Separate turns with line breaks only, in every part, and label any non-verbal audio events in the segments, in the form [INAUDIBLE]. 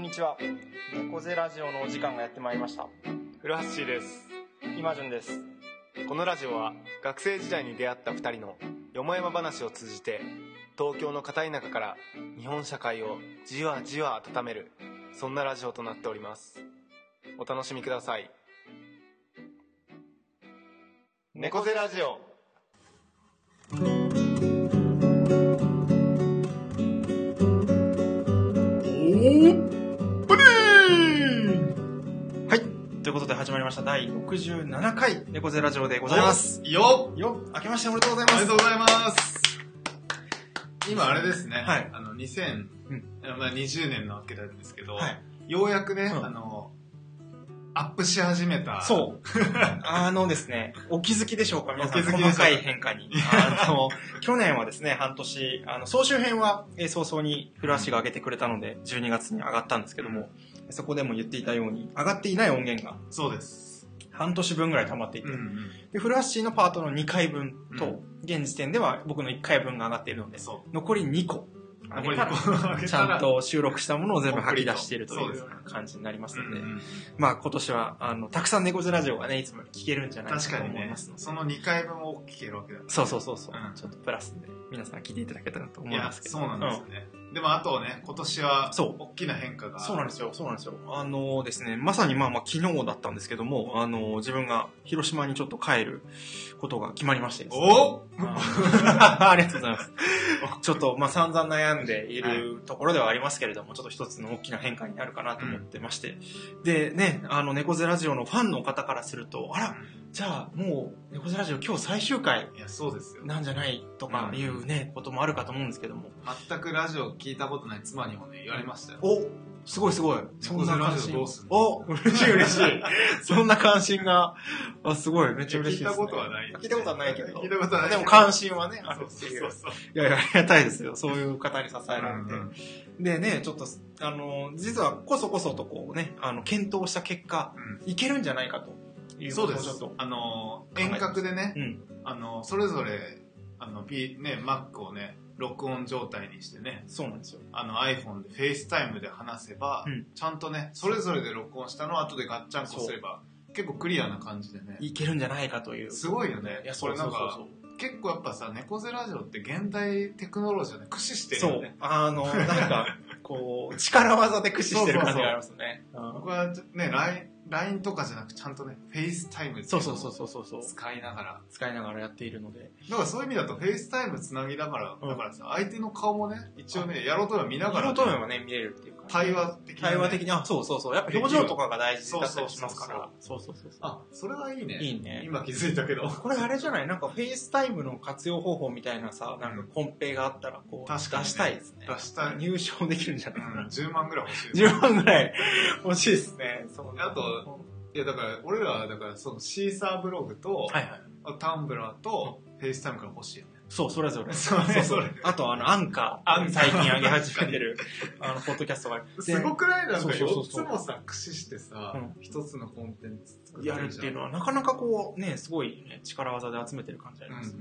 にちは猫背ラジオのお時間がやってまいりました
古橋シーです
今順です
このラジオは学生時代に出会った2人のよもやま話を通じて東京の片田舎から日本社会をじわじわ温めるそんなラジオとなっておりますお楽しみください猫背ラジオ
はいということで始まりました第67回猫背ラジオでございます
よっ
よっ明けましておめでとうござい
お
ま
めですとうございます今あれですね、
はい
あの2000、まあ、20年のわけなんですけど、
はい
ようやくね、
うん
あのアップし始めた
そう
[LAUGHS]
あのですねお気づきでしょうか皆さん
お気づきでしょうか
細かい変化にあ
[LAUGHS]
の去年はですね半年あの総集編は、えー早々に古橋が上げてくれたので12月に上がったんですけども、そこでも言っていたように上がっていない音源が
そうです
半年分ぐらい溜まっていて、
うんうん
でフラッシーのパートの2回分と、
うん
現時点では僕の1回分が上がっているので
そ
残り2個
う
上げたら
個上げ
ち
た
ゃ
ら
んと収録したものを全部吐き出しているとい
そうで
う
すね
感じになります
う
の
ん
で、
うん
まあ今年はあのたくさん猫背ラジオがねいつもより聞けるんじゃないか
確
と
かに
思い
ね
ますので
その2回分を聞けるわけだ
そうそうそうそう、
うん
ちょっとプラスで皆さん聞いていただけたらと思
い
いま
や
すけど
そうなんですよね、でもあとね今年は
そう
大きな変化が
そうなんですよ、そうなんですよ。あのですね、まさにまあまあ昨日だったんですけども、あの自分が広島にちょっと帰ることが決まりましてですね
お [LAUGHS]
あーありがとうございます。 [LAUGHS] ちょっとまあ散々悩んでいるところではありますけれども、ちょっと一つの大きな変化になるかなと思ってまして。でね、あの猫背ラジオのファンの方からすると、あら、じゃあもう猫背ラジオ今日最終回
いやそうですよ
なんじゃないとかいうね、こともあるかと思うんですけども。
全くラジオ聞いたことない妻にもね言われましたよ
おすごいすごい。そんな関
猫背ラジ
心。
オどうすんの
お嬉しい
[LAUGHS]
嬉しい。そんな関心が、あ、すごい、めっちゃ嬉し
聞い
いで
た
す、ね。
ことはない
聞いたことはないけど
聞いたことはない
でも関心はね、あ
そ
る
う
って
そう
いう。
そうそう
いやいや、ありがたいですよ。そういう方に支えられて。
うんうん
でね、ちょっと、あの、実はこそこそとこうね、あの、検討した結果、
うん
いけるんじゃないかというこ
そう
とを
で
ちょっ
す
と。
あの遠隔でね、
うん。
あのそれぞれあの、P ね、Mac をね録音状態にしてね
そうなんですよ。
あの iPhone で FaceTime で話せば、
うん
ちゃんとねそれぞれで録音したのを後でガッチャンコすれば結構クリアな感じでね
いけるんじゃないかという。
すごいよね
いや、
こ
そう
れ
そ
な
うんそう
か
そう。
結構やっぱさ猫背ラジオって現代テクノロジーをね駆使してる
そ
よ
う
ね。
あの、なんか、こう、力技で駆使してる感じがありますね。うん
僕はね LINE LINE とかじゃなくちゃんとね FaceTime って
そ
いううの
そ
を
うそうそうそうそう。
使いながら
使いながらやっているので。
だからそういう意味だとフェイスタイムつなぎだから、
うん
だからさ、相手の顔もね、一応ね、やろうとは見ながら、
色と面はね、見れるっていうか。
対話的なね
対話的に、あ、そうそうそう。やっぱ表情とかが大事だったりしますか
そう
ら。そうそうそうそう。
あ、それはいいね。
いいね。
今気づいたけど。
これあれじゃないなんかフェイスタイムの活用方法みたいなさ、なんかコンペがあったらこう、出
確かにね
したいですね。
出したい。うん、
入賞できるんじゃないか [LAUGHS] な。
10万ぐらい欲しい。
10万ぐらい欲しいですね。そう
あと、いや、だから、俺らは、だから、そのシーサーブログと、
はいはい。
あタンブラーと、フェイスタイムから欲しいよね。
そう、 [LAUGHS] それぞれ。
それぞれ
あと、あの、アンカー。
アンカー
最近上げ始めてる、 [LAUGHS] あの、ポッドキャストがある。
すごくないなん
そ
か、
うそうそう
4
そ
つ
う
もさ、駆使してさ
うん、
一つのコンテンツ作
やるっていう
の
のは、なかなかこう、ね、すごい、ね、力技で集めてる感じあります、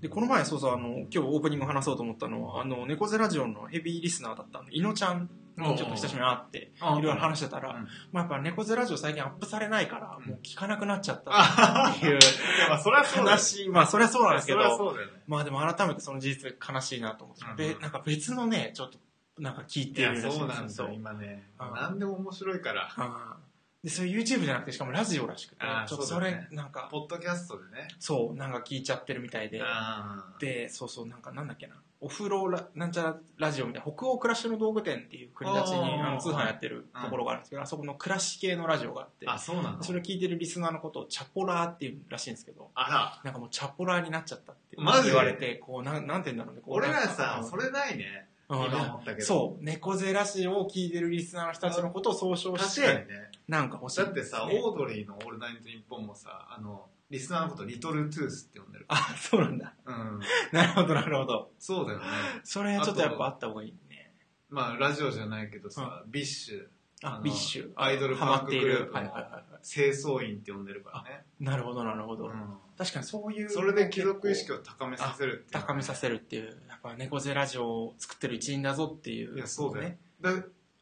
で、この前、そうそう、あの、今日オープニング話そうと思ったのは、あの、猫背ラジオのヘビーリスナーだったの、いのちゃんにちょっと久しぶりに会って、
いろ
いろいろ
し
話してたら、
うん
まあやっぱ猫背ラジオ最近アップされないから、
うん
もう聞かなくなっちゃった
あ
ってい
い
う
やまあ、それはそうだ
悲
よ。
しい、まあそりゃそうなんですけ
それは
ど、
そうだよね。
まあでも改めてその事実悲しいなと思って、
うん
で
う、ん
なんか別のね、ちょっと、なんか聞い
い
て
や
るらしい
そ
ん
う
で
なん
す
だ
よ
よ。今ね
うん
何でも面白いから
あーで、それ YouTube じゃなくて、しかもラジオらしくて
あ、ー
ちょっと
そ
そう
だ
れ、
ね
なんか、
ポッドキャストでね
そう、なんか聞いちゃってるみたいで、
あ
で、そうそう、なんかなんだっけな、お風呂ラ、なんちゃらラジオみたいな、北欧暮らしの道具店っていう国立に
あー
あの通販やってるところがあるんですけど、あそこの暮らし系のラジオがあって
ー、あそうなの
それを聞いてるリスナーのことをチャポラーっていうらしいんですけど、
あら
なんかもうチャポラーになっちゃったって
マジで
言われて、こう、なんなんて言うんだろうね、こう
俺
な
ら
んか
さそれないね
うん
今
うん
思ったけど
そう、猫背ラジオを聞いてるリスナーの人たちのことを総称し
確かに
て、
ね
なんか欲しい
だ
ん
って
ですね、
さオードリーの「オールナイトニッポン」もさあのリスナーのことリトルトゥースって呼んでる
あ、 [LAUGHS] そうなんだ。
うん
なるほど、なるほど。
そうだよね
それちょっとやっぱあった方がいいね。
まあラジオじゃないけどさビッシュあ
あ
の、
ビッシュ。
アイドル
ハマ
パン
っ
ク
てい
グルー
る
プ。
はいはいはい
の
は
清掃員って呼んでるからね
い。なるほど、なるほど。
うん
確かにそういう。
それで貴族意識を高めさせるっていう
高めさせるっていう、やっぱ猫背ラジオを作ってる一員だぞっていう、
いやそうだよだ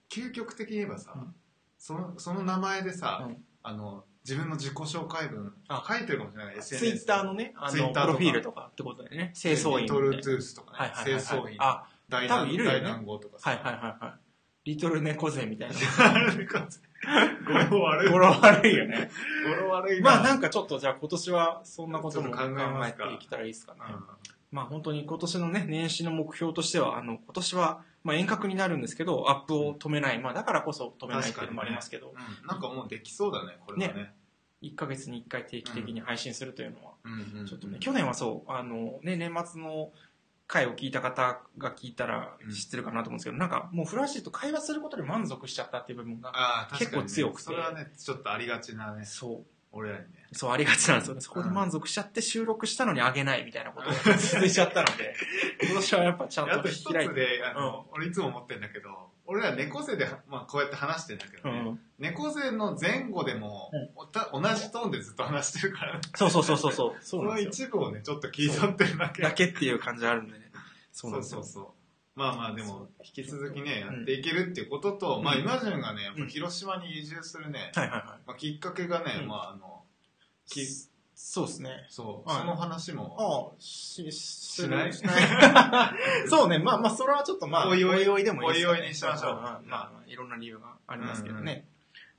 究極的に言えばさ、
うん
そのその名前でさ、
うん
あの自分の自己紹介文
あ
書いてるかもしれない
ツイ
SNS
ッターのね、あの、
Twitter と
プ
か
ロフィールとかってことだよね。清掃員み
リ
たい
ト
な。
ルトゥースとか
はい
ね、
はいはい
清
はい
掃員
あ、
大
多分いるよね
大団号とかさ、
はいはいはいはい。リトル猫背みたい [LAUGHS] な。
[LAUGHS] 語呂悪い
語呂悪いよね。
語呂悪い
[LAUGHS] まあなんんかちょっとじゃあ今年はそんなことも
ち
考
ょっと考えますか
えていけたらいいですかね。まあ本当に今年のね、年始の目標としては、あの、今年は、まあ遠隔になるんですけど、アップを止めない。まあだからこそ止めないっていうのもありますけど、
うんなんかもうできそうだねこれはね
1ヶ月に1回定期的に配信するというのは、
うんうんうん
ちょっとね、去年はそう、あの、ね、年末の回を聞いた方が聞いたら
うん
知ってるかなと思うんですけど、なんかもうフラッシーと会話することで満足しちゃったっていう部分が、
ああ確かにね
結構強くて
それはねちょっとありがちなね
そ
俺らにね
う、そうありがちなんですよね。そこで満足しちゃって収録したのにあげないみたいなこと
[LAUGHS]
が続いちゃったので、今年はやっぱちゃん
あ
と
と一つ
開いて。
であの、俺いつも思ってんだけど俺ら猫背で、まあ、こうやって話してんだけど
う
ね、
ん、
猫背の前後でも、おた同じトーンでずっと話してるから、
そうそうそうそうそう。 [LAUGHS] そ
[LAUGHS] そう
な
の
んですよ。
一部をねちょっと切り取ってるだけ
だけっていう感じがあるんでね。そ
そうう
なんです
そ
よ。
うそうまあまあでも引き続きねや
うん
っていけるっていうことと、
うん
まあイマジュンがねやっぱ
うん
広島に移住するね、
はいはいは
まあ、きっかけがね、
うん
まああの
い。
き
そうですね。
そう、
はい
その話も
ああ、し、し
しない
しない [LAUGHS] そうね、まあまあ、それはちょっとまあ、
おいおい
でもいいですかね
おいおいにしましょう
まあまあ、まあいろんな理由がありますけどね。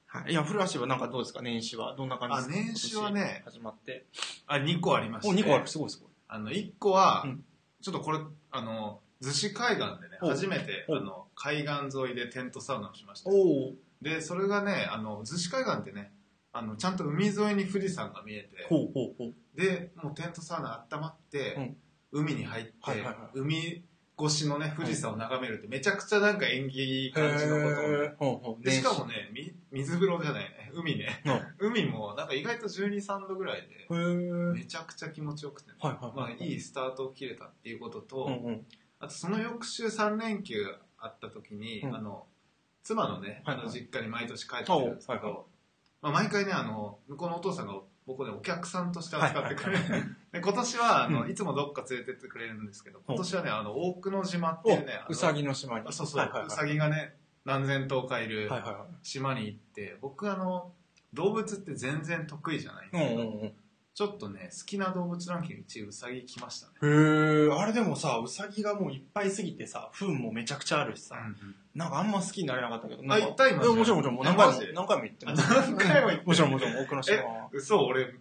はい。いや、古橋はなんかどうですか年始は。どんな感じですか
あ年始はね
今年始まって。
あ2個ありまして
お、2個ある。すごいすごい。
あの1個は、
うん
ちょっとこれあの逗子海岸でね
お
初めて
お
あの海岸沿いでテントサウナをしました
おお
でそれがねあの逗子海岸ってねあのちゃんと海沿いに富士山が見えて
ほうほうほう。
でもうテントサウナ温まって、
うん
海に入って、
はいはいはい
海越しのね富士山を眺めるってめちゃくちゃなんか縁起いい感じのことをね
ほうほう。
でしかもねみ水風呂じゃないね海ね
うん、へ
海もなんか意外と1 2 3度ぐらいで
え。はい
めちゃくちゃ気持ちよくてね、
はいはい。
まあ、いいスタートを切れたっていうことと、
うんうん。
あとその翌週3連休あった時に、
うん
あの妻のね、
はいはい
あの実家に毎年帰ってくるんですけど、
おうはいは
まあ、毎回ねあの向こうのお父さんが僕をねお客さんとして扱ってくれる、
はいはいは
[LAUGHS] で今年はあの、
うん
いつもどっか連れてってくれるんですけど
お
今年はねあの大久野島って
お
いうねあの
うさぎの島に。
そうそう、
はいはいは
う
い
さぎがね何千頭かいる
はいは
島に行って僕あの動物って全然得意じゃないん
い
で
は
す
い。
けど、
うんうんうん。
ちょっとね好きな動物ランキング1位うさぎ来ましたね、
へえ、あれでもさ、うさぎがもういっぱいすぎてさ、糞もめちゃくちゃあるしさ、なんかあんま好きになれなかったけど、なんか
あ行った今
えもちろんもちろん、もう何回も
えマジ、
何回も行って
あ
ます。
何回も行って
もちろんもちろん、奥の島は。
嘘俺だか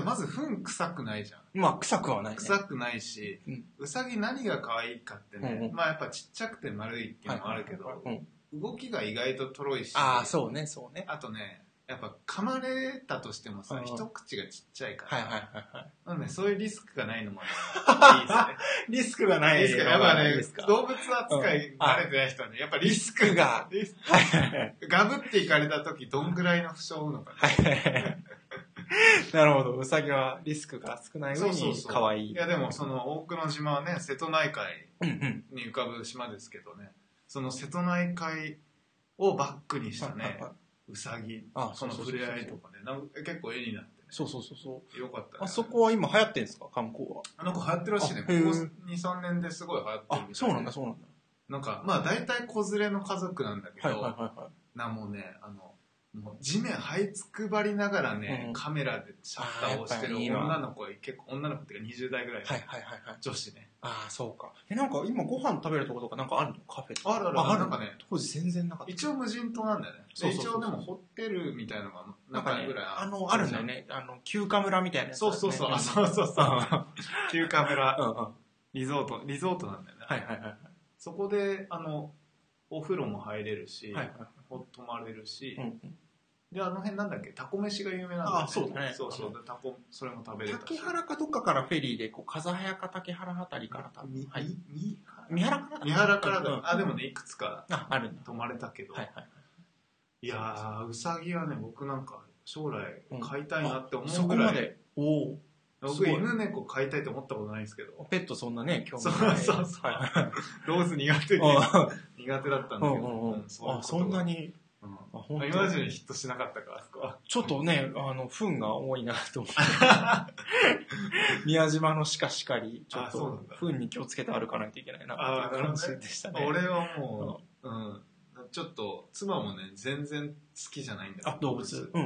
らまず糞臭くないじゃん
まあ、臭くはない、ね。
臭くないし、
うん
うさぎ何が可愛いかってね、
うんうん
まあやっぱちっちゃくて丸いっていうのもあるけど、
うん
動きが意外ととろいし
ああ、そうね、そうね。
あとねやっぱ噛まれたとしてもさ、
うん
一口がちっちゃいから、
はいはいはいは
なのでそういうリスクがないの
[LAUGHS]
もねいいですね
い。リスクがな
リスクやっぱね
いいですか
動物扱い慣れてない人はねやっぱリスクがリス
はいはいはい
クガブっていかれた時どんぐらいの負傷を負うのかね
はいはいはい。なるほど、うさぎはリスクが少ない上に可愛い。
いやでもその大久野島はね瀬戸内海
うんうん。
に浮かぶ島ですけどねその瀬戸内海をバックにした
はいは [LAUGHS]
ね
いはい
ウサギ
あ
その
そうそう
触
そうそう
れ合いとかねなんか結構絵になって
そうそうそうそう。
ねよかったね
あそこは今流行ってんですか観光は。
あの子流行ってるらしいね
あ
ここ
へえ
23年ですごい流行ってる
あ、
みた
そ
いう
なんだ、そうなんだ。
なんかまあ大体子連れの家族なんだけ
はいはい
ど
はいはい。
なもうねあのもう地面這いつくばりながらね、
うん
カメラでシャッターをしてる
あーやっぱいいわ
女の子が結構女の子っていうか20代ぐらいの
はいはいはいはい。
女子ね、
ああ、そうか。え、なんか今ご飯食べるとことかなんかあるのカフェとか。
あるある
ある
なんかね
当時全然なかった。
一応無人島なんだよね
そうそうそ
で一
う
応でもホテルみたいのが
な
何
んか
回
ね
ぐらい、
あの、あるんだよね。あの、休暇村みたいなやつだ
そ
よ
う
ね、
そうそう、
ん
あ、そうそうそう。
[LAUGHS]
旧カメラ、
うんうん。は
リゾート、リゾートなんだよね。
いはいはいは
そこで、あの、お風呂も入れるし、
い。はいはい
お泊まれるし、
うんうん
で、あの辺なんだっけ、タコ飯が有名なんだよ
あそうだね
そうそう、でタコ、それも食べれたし。
竹原かどっかからフェリーで、こう、風早か竹原あたりから多分
み、。
はい。
み
三原からだ
三原から
う
だ
ん。
あ、でもね、いくつか
あ、あるんだ。
泊まれたけど、
はいはい。
いやー、うさぎはね、僕なんか、将来
うん
飼いたいなって思
そうこ
ぐ
ま
らい、
で、おす
僕
ごい
犬猫飼いたいと思ったことないんですけど
お、ペットそんなね、興味ない。
そうそうそう
はいはい
ローズ苦手に、
あ
苦手だったん
う
だ
ん
け
う
ど、
んうん
うういうことが
あ、そんなに。
うん
あ、本当
イマジンにヒットしなかったから、あそこは。
ちょっとね、あの、糞が多いなと思
[LAUGHS]
って。宮島の鹿しかり、ちょっ
あそうな
と
んだ、
糞に気をつけて歩かないといけないな、
あー
っていう感じでしたね。
俺はもう、うん、ちょっと妻もね全然好きじゃないんだよ
あ、動物。うん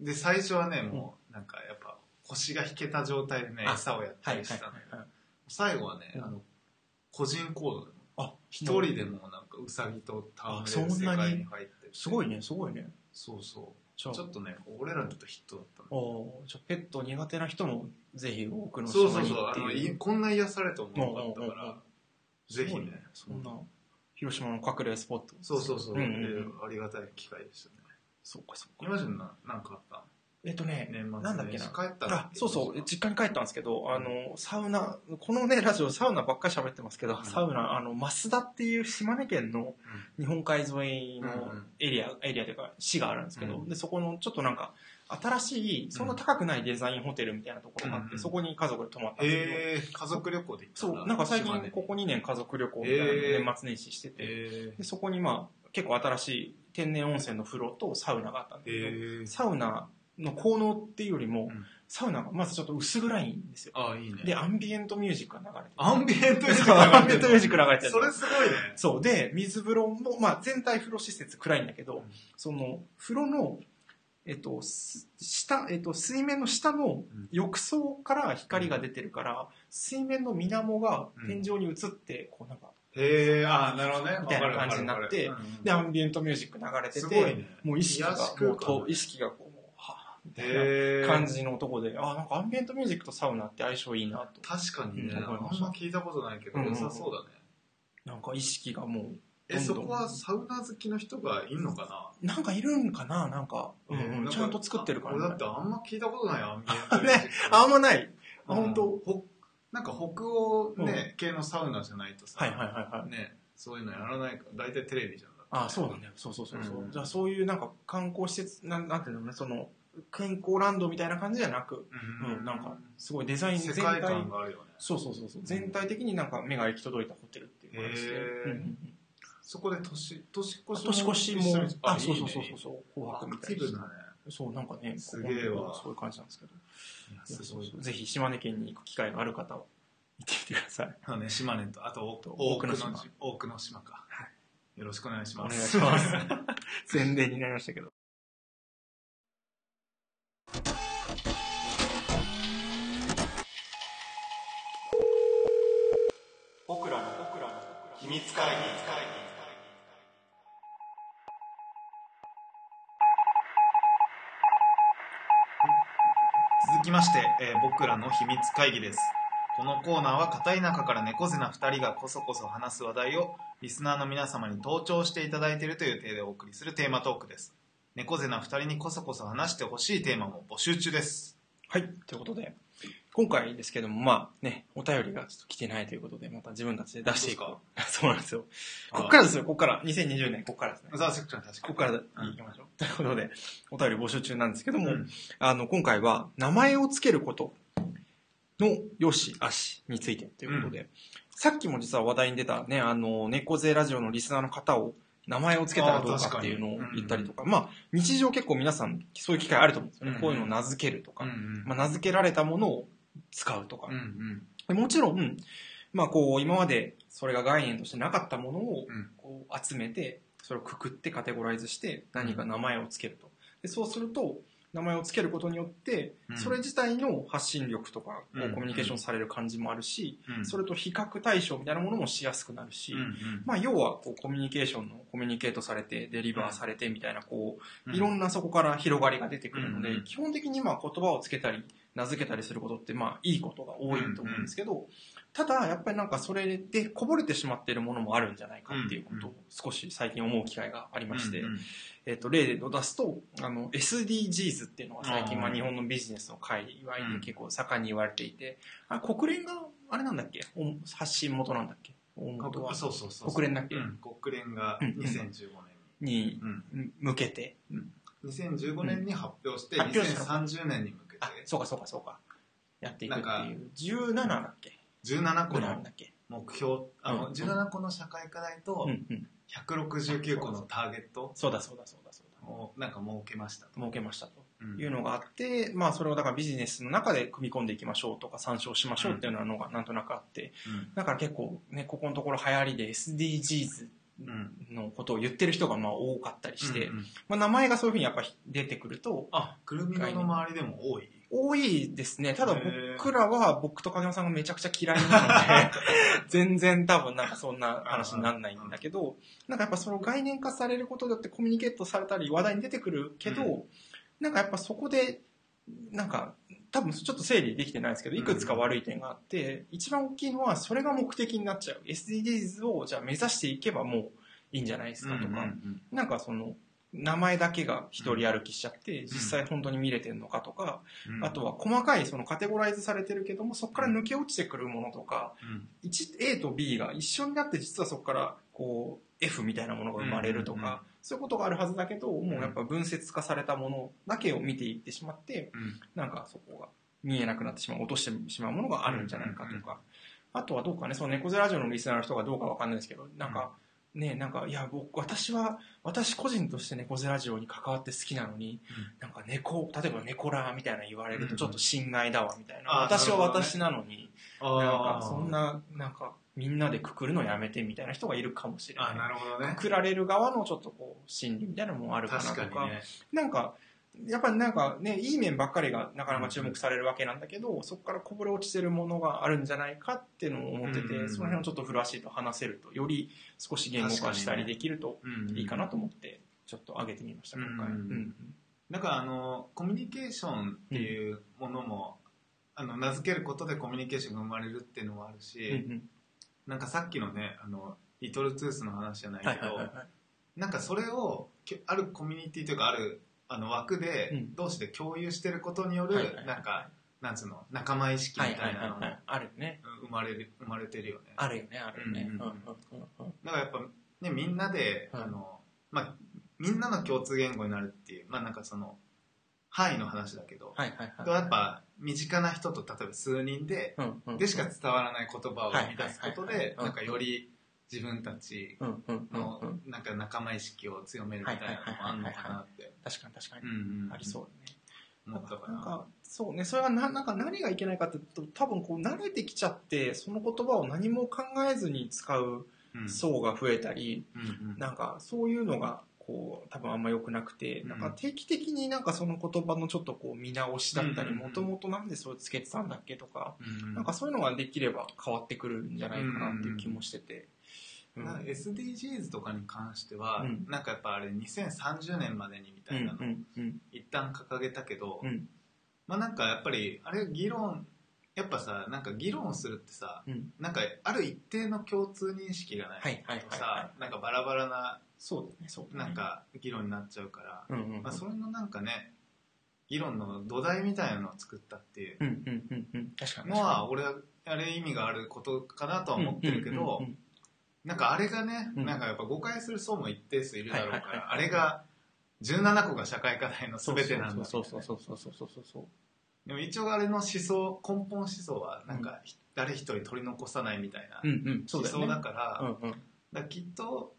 うん。
で最初はねもうなんかやっぱ腰が引けた状態でね
あ
餌をやった
はいはい
りし
は
て
い
たの、最後はね、
うん
あの個人行動でも
あ、
一人でもなんかウサギと戯れる
あそん
世
なに
界に入って
すごいね、すごいね。
そうそう
じゃあ
ちょっとね俺らにとってヒットだったの
おーじゃあペット苦手な人もぜひ多くの
そう
人
そう
に
そう
っ
あ
て
の
い
いこんな癒されと思わなかったか
うんうんうん
らぜひ
すごい
ね
そんな広島の隠れスポット。
そうそうそう、
うんうんうん
でありがたい機会でしたね
そうかそう
今
か。
じゃななんかあっ
えっと
た
ね、
年末
なんだっけな
年始帰ったら
あそうそう、実家に帰ったんですけど、あの、サウナ、このね、ラジオサウナばっかり喋ってますけど、
うん
サウナ、あの、増田っていう島根県の日本海沿いの
うんうん
エリア、エリアというか市があるんですけど、
うん
で、そこのちょっとなんか、新しい、そんな高くないデザインホテルみたいなところがあって、
うんうん
そこに家族で泊まったんですけど、
へえ家族旅行で行った
そう、なんか最近ここ2年家族旅行みたいなの
へー
年末年始してて、
へ
でそこにまあ、結構新しい天然温泉の風呂とサウナがあったんだ
え
けど、
へえ
サウナの効能っていうよりも、
うん
サウナがまずちょっと薄暗いんですよ。
ああいいね
で、アンビエントミュージックが流れてる
アンビエントミュージック
そう
流れてる
アンビエントミュージック流れてる
それすごいね。
そう。で、水風呂も、まあ全体風呂施設暗いんだけど、
うん
その、風呂の、えっと、す下、えっと、水面の下の
ん
浴槽から光が出てるから、水面の水面が
うん
天井に映って、こうなんか、
へえ、あーなるほどね。
みたいな感じになって
わかるわかるわかる
で、アンビエントミュージック流れて
すごい
て、
ね。
もう意識が
癒し、空
も
間
うと、意識がこう、もうはぁみたいな
へえ。
感。じのとこで、あ、なんかアンビエントミュージックとサウナって相性いいなと。
確かにね、
うんわかりま
あ
し
ん
た
ま聞いたことないけど、
うんうん
良さそうだね。
なんか意識がもう、
え、
どんど
そ
ん
こはサウナ好きの人がいんのか
なんかいるんかななんか、う
な、
んうん
な
ちゃんと作ってるから、
俺だってあんま聞いたことないアンビエントミュージック。
あんまない。あ
うん
本当
ほなんか北欧ね、系のサウナじゃないとさ、
はいはいはいはい。
ね、そういうのやらないから、大体テレビじゃん。
あそうだね。そうそうそうそう、
うん
じゃあそういうなんか観光施設、なんなんていうのね、その、健康ランドみたいな感じじゃなく、
う
うん、なんか、すごいデザイン
世
全
界
体、
観があるよね。
そうそうそうそう、全体的になんか目が行き届いたホテルっていう感じで。
へー
うんうんうん
そこで年、年越しも
年越しも
一緒に、
あ、そうそうそう
いいね
そうそう、紅白み
ア
た
クテ
い
ィブだ
な。
ね。
そう、なんかね、
すげえわ
ここそういう感じなんですけど。
いや
いや
すごい。
ぜひ島根県に行く機会がある方は、行ってみてください。
あのね、島根と、あと、
多
多
く
く
の
の
島
島。多くの島か。
は
よろしくお願いし
お
ま
願い
す。
します。 [LAUGHS] 宣伝になりましたけど。僕らの僕らの
秘密会議
続きまして、えー僕らの秘密会議です。このコーナーは片田舎から猫背な2人がこそこそ話す話題をリスナーの皆様に登聴していただいているという体でお送りするテーマトークです。猫背な2人にこそこそ話してほしいテーマも募集中です。
はい、ということで、今回ですけども、まあね、お便りがちょっと来てないということで、また自分たちで出していく。
ど
[LAUGHS] そうなんですよ。
あー
こっからですよ、こっから。2020年、こっからですね。
ザーセクチャー確か
ここから行
うん
きましょう。 [LAUGHS] ということで、お便り募集中なんですけども、
うん
あの、今回は、名前をつけることの良し、悪しについてということで、さっきも実は話題に出たね、あの、猫背ラジオのリスナーの方を、名前をつけたらどうかっていうのを言ったりとか、まあ、日常結構皆さん、そういう機会あると思うんですよね。
うん
こういうのを名付けるとか、
うんうん
まあ、名付けられたものを使うとか
う、ん
でもちろん、まあこう、今までそれが概念としてなかったものを
うん
こう集めて、それをくくってカテゴライズして、何か名前をつけると。でそうすると、名前をつけることによって
う、ん
それ自体の発信力とか、こう
うん
コミュニケーションされる感じもあるし、
うん。
それと比較対象みたいなものもしやすくなるし
うん、うん
まあ要はこうコミュニケーションのコミュニケートされて、デリバーされてみたいな、こう、
うん
いろんなそこから広がりが出てくるので、
うん
基本的にまあ言葉をつけたり、名付けたりすることって、まあ、いいことが多いと思うんですけど、ただ、やっぱりなんかそれでこぼれてしまっているものもあるんじゃないかっていうことを少し最近思う機会がありまして、
うんうん
えっと、例で出すと、あの、SDGs っていうのは最近、
あー
まあ、日本のビジネスの界隈
う
で
ん
結構盛んに言われていて、あ国連が、あれなんだっけお発信元なんだっけ大元は
そうそうそうそう
国連だっけ
うん国連が
うん
2015年
に
に、
向けて、
うん、2015年に発表して、
うん発表した
2030年に向けて
あ、そうかそうかそうか。やっていくって
ないん
う。17だっけ
17個
ぐらいある
の
んだっけ
目標あの、
うん
17個の社会課題と
うんうん。
169個のターゲット
そうだそうだそうだそうだ。
をなんか設けましたと、
儲けましたと
うん
いうのがあって、まあそれをだからビジネスの中で組み込んでいきましょうとか参照しましょうっていうのがなんかなんとなくあって、
うん
だから結構ね、ここのところ流行りで SDGs
うん。
のことを言ってる人がまあ多かったりして、
うんうん
まあ、名前がそういうふうにやっぱ出てくると、
あ、くるみの周りでも多い。
多いですね。ただ
へー
僕らは、僕と影山さんがめちゃくちゃ嫌い
[LAUGHS]
なので、全然多分なんかそんな話にならないんだけど、なんかやっぱその概念化されることだってコミュニケートされたり話題に出てくるけど、
う
なんかやっぱそこで、なんか多分ちょっと整理できてないですけど、いくつか悪い点があって、一番大きいのはそれが目的になっちゃう。SDGs をじゃあ目指していけばもういいんじゃないですか
う
とか、
んうん
なんかその、名前だけが一人歩きしちゃって、実際本当に見れてるのかとか、
うん
あとは細かいそのカテゴライズされてるけどもそこから抜け落ちてくるものとか
うん
一 A と B が一緒になって実はそこからこう F みたいなものが生まれるとか、
うんうんうん
そういうことがあるはずだけどもうやっぱ分節化されたものだけを見ていってしまって
うん
なんかそこが見えなくなってしまう落としてしまうものがあるんじゃないかとか、
うんうん
あとはどうかねその猫背ラジオのリスナーの人がどうかわかんないですけどなんか、ねなんかいや僕私は私個人として猫背ラジオに関わって好きなのになんか猫、例えば猫らみたいな言われる
うんう
と
ん
ちょっと侵害だわみたいな。
あー
私は
なるほどね
私なのに、なん
あ
か
ー
そん。な、なんかみんなでくくるのやめてみたいな人がいるかもしれ
あ、
な
なるほど
い。
ね
く。くられる側のちょっとこう、心理みたいなのもあるかなと
確
か。
かにね。
なんか、やっぱりなんかね、いい面ばっかりがなかなか注目されるわけなんだけど、そこからこぼれ落ちてるものがあるんじゃないかっていうのを思ってて、
うんうんうん
その辺をちょっとフルアシーと話せると、より少し言語化したりできると
うん
いいかなと思って、ちょっと上げてみました、今回。
うんうんうんなんかあのコミュニケーションっていうものも、あの名付けることでコミュニケーションが生まれるっていうのもあるし、
うんうん
なんかさっきのねあのリトルトゥースの話じゃないけど、
はいはいはいはい。
なんかそれをきょあるコミュニティというかあるあの枠で、
うん
同士で共有してることによる、
はいはいはい
なんかなんつうの仲間意識み
は
た
い
いな
はい
の
は
も
いはい。あるよね。
生まれる生まれてるよね。
あるよね、あるよね。
うんうんうん
うんうんうんうん
だからやっぱねみんなで、
うん
あのまあみんなの共通言語になるっていうまあなんかその範囲の話だけど、
はいはい
や
は
っぱ身近な人と例えば数人で
いうんうん。
でしか伝わらない言葉を生み出すこと
はいはいはい
で
はい
なんかより自分たち
うんうんうん
の
うん。
なんか仲間意識を強めるみたいなのもあんのかなって
確かに確か
う
に。
んうん
ありそうだね。
思ったか
な
なん
か、そうね、それがな、なんか何がいけないかっていうと、多分こう慣れてきちゃって、その言葉を何も考えずに使う
うん
層が増えたり、
うんうん
なんかそういうのが、こう、多分あんま良くなくて、
うん
なんか定期的になんかその言葉のちょっとこう見直しだったり、
うんうんう
も
ん
ともとなんでそれつけてたんだっけとか、
うんうん
なんかそういうのができれば変わってくるんじゃないかなっていう気もしてて。うん
な SDGs とかに関しては
うん
なんかやっぱあれ2030年までにみた
う
いなん
う
の
んうん
一旦掲げたけど
うん
まあなんかやっぱりあれ議論やっぱさなんか議論するってさ
うん
なんかある一定の共通認識がないとさ、
はいはいはいはい
なんかバラバラな
そうだね、そうだ
な
ね。
ん、か議論になっちゃうから、
うんうんうん。
まあ、それのなんかね議論の土台みたいなのを作ったっていう
うんうんうんうん。確かに。
のは俺はあれ意味があることかなとは
確かに
思ってるけど、
うんうん
なんかあれがね、
うん
なんかやっぱ誤解する層も一定数いるだろうから、
はいはいはい
あれが17個が社会課題の全てなんだ
そうそうそうそうそうそうそうそう。
でも一応あれの思想根本思想はなんか誰一人取り残さないみたいな
うんうん。そう
思想
だよね。
だから、
うんうん。
だからきっと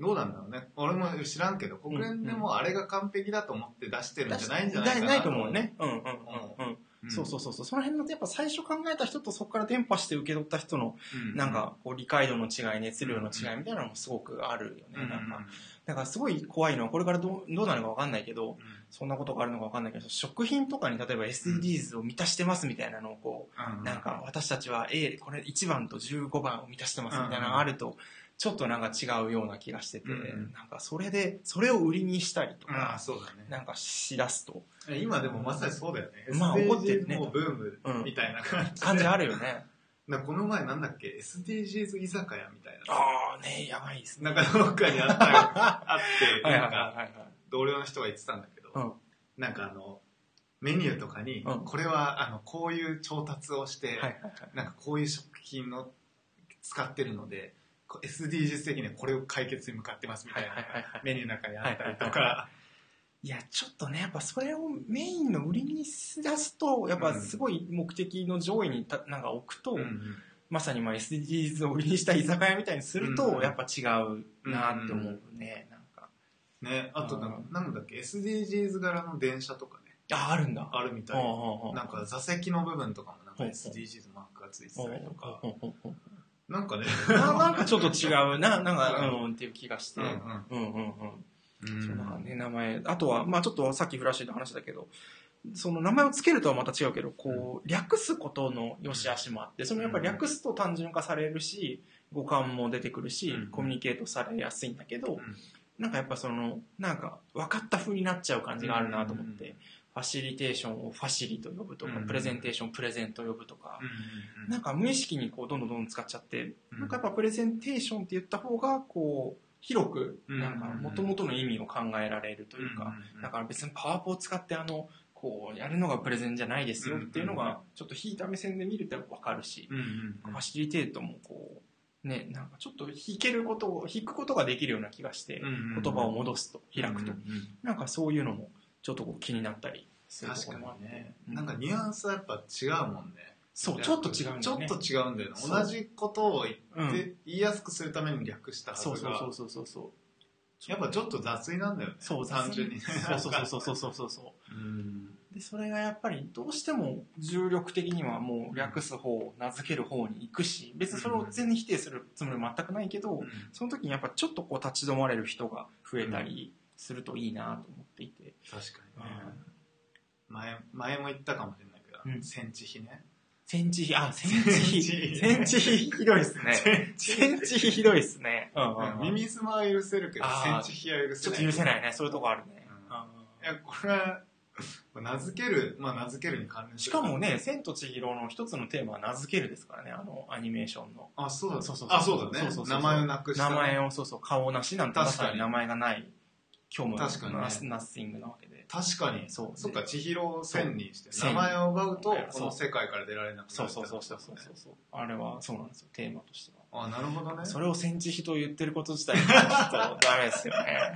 どうなんだろうね俺も知らんけど国連でもあれが完璧だと思って出してるんじゃないんじゃないかな
ないと思うね。うんうんうんうん。
ん
そうそうそうそう。その辺のやっぱ最初考えた人とそこから伝播して受け取った人の、
うん
なんかこう理解度の違い、熱量の違いみたいなのもすごくあるよ
うんう
ね。
ん
なんか、だからすごい怖いのは、これからどうどうなるかわかんないけど、
うん
そんなことがあるのかわかんないけど、食品とかに例えば SDGs を満たしてますみたいなのをこ
うん
う、なんか私たちは A、これ1番と15番を満たしてますみたいなのがあると、ちょっとなんか違うような気がしてて、
うん
なんかそれで、それを売りにしたりと
ああ
か、
そうだね
なんかしだすと、
今でもまさにそうだよね
まあ怒ってるね
SDGs もうブームみたいな感じ
感じあるよね。
なんかこの前なんだっけ SDGs 居酒屋みたいな
[LAUGHS] ああ、ねやばいですね。
なんかどっかにあ
[LAUGHS]
ったよあって
はいはい
な
は
んか
いはい。
同僚の人が言ってたんだけど
うん
なんかあのメニューとかに
うん
これはあのこういう調達をして
はいはいはい。
なんかこういう食品の使ってるので、こう SDGs 的にはこれを解決に向かってますみたいな
はいはいはいはい
メニューの中にあったりと
はいはい
か、
いや、ちょっとね、やっぱそれをメインの売りにしだすと、やっぱすごい目的の上位にたなんか置くと、
うん
まさにまあ SDGs を売りにした居酒屋みたいにする
うん
と
う、ん
やっぱ違うなって思うね、なんか。
ね、あとなんかなんだっけ、SDGs 柄の電車とかね、
あ、あるんだ。
あるみた
うん
い
うん
な。
うん
なんか座席の部分とかもなんか
うん
SDGs マークがついてたりとか、
うんうんうん
なんかね。
[LAUGHS] ななんかちょっと違うな、なんか、うん、っていう気がして。
う
う
う
ん
んん
うんうん。
うん
そうだからね、名前。あとは、まあちょっとさっきフラッシュの話だけど、その名前を付けるとはまた違うけど、こう、略すことの良し悪しもあって、そのやっぱ略すと単純化されるし、語感も出てくるし
うん、
コミュニケートされやすいんだけ
う
ど
ん、
なんかやっぱその、なんか分かった風になっちゃう感じがあるなと思って、ファシリテーションをファシリと呼ぶとか
うん、
プレゼンテーションプレゼント呼ぶとか
う、んうんうん
なんか無意識にこうどんどんどんどん使っちゃって、
うん
なんかやっぱプレゼンテーションって言った方がこう広く
うん
なんか元々の意味を考えられるというか、だから別にパワポを使ってあのこうやるのがプレゼンじゃないですよっていうのがちょっと引いた目線で見ると分かるし、
うんうん
ファシリテートもこうねなんかちょっと引けることを引くことができるような気がして
うんうんうん
言葉を戻すと開くと
うんうん
なんかそういうのもちょっとこう気になったりすると
確
ころもあ
か
って
にね。
うん
なんかニュアンスはやっぱ違うもんね。
そうちょっと違うんだ
ちょ
よ
っ
ね
と違うんだよね。
そう
同じことを言
うん
って、言いやすくするために略したはず
そうそう
が
そう、そうそうそう
やっぱちょっと雑になんだよね。
そう
単純にね。
そうそうそうそうそうそうそ
うん
うでそれがやっぱりどうしても重力的にはもう略す方名付ける方に行くし別にそれを全に否定するつもりは全くないけど、その時にやっぱちょっとこう立ち止まれる人が増えたりするといいなと思っていて、
確か
うん
にね。前、前も言ったかもしれないけど
う、ん
センチ比ね。
センチ比あセンチ比セ
セ
ン
ン
チ比ひどいですね
セン
センチ比ひどいですね、うんうんうん
ミミズマは許せるけど、セ
あ
ン
ー
チ比は許
ち
せ
ょっ
ない。
と許せないねそういうとこあるね、
うん
あ
いや、これは、名付ける、まあ名付けるに関連
ー
す
し
る
かも、ね「千と千尋」の一つのテーマは名付けるですからねあのアニメーションの
あ、そうだ、
そうそうそう
あ、そうだね。
そうそうそう
名前をなくした。
名前をそうそう顔なしなんてま
確かに
さに名前がない今日も
確かにね
ナスナッシングなわけで
確かに。
そう
そっか、千尋を千にして、
そう
名前を奪うと、
千
この世界から出られなくな
そう
る。
そうそうそうそうそうそうあれはそうなんですよテーマとしては
あ、なるほどね。
それを戦地比と言ってること自体がちょっとダメですよね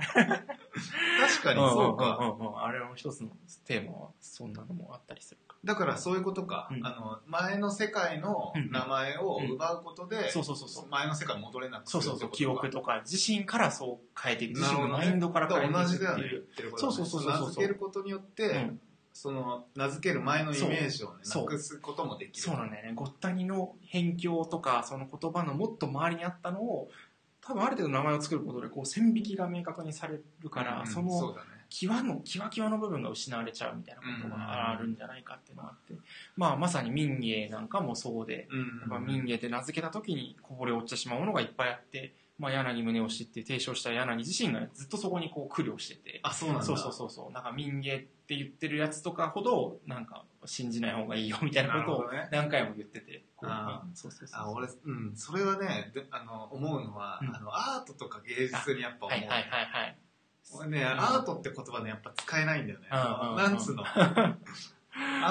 確かにそうか。
んうんうんうんあれの一つのテーマはそんなのもあったりするか
だからそういうことか。
うん
あの、前の世界の名前を奪うことで、
らそうそうそうそう
前の世界に戻れなく
そうそうそう記憶とか自身からそう変えていく自身
なる
の
ほど
マ
ね
インドから
だか
変
ら
え
同
て
じ
いく
だ
っ
よ
て
ね
い
言っ
う
てることはね
そうそうそうそうそう
名付けることによって、
うん
その名付ける前のイメージをね
そう
なくすこともできる
そうなんだよね。ごったにの辺境とか、その言葉のもっと周りにあったのを、多分ある程度名前を作ることで、こう、線引きが明確にされるから、
うん
そうの、
だね
際の、際際の部分が失われちゃうみたいなことがあるんじゃないかっていうのがあって、まあ、まさに民芸なんかもそうで、
うん
やっぱ民芸って名付けた時にこぼれ落ちてしまうものがいっぱいあって、まあ、柳宗悦って提唱した柳自身が自身がずっとそこにこう苦慮してて、
あそうなんだ
そうそうそうそうなんか民芸って言ってるやつとかほどなんか信じない方がいいよみたいなこ
な
と
る
を
ほどね
何回も言っててこう
あ
そうそうそう
あ俺、うん、それはねであの思うのは、
うん
あのアートとか芸術にやっぱ思
は
う、
いはいはいはい
俺ね、アートって言葉ねやっぱ使えないんだよね、
うんうんうん
なん
[LAUGHS]
つうのあ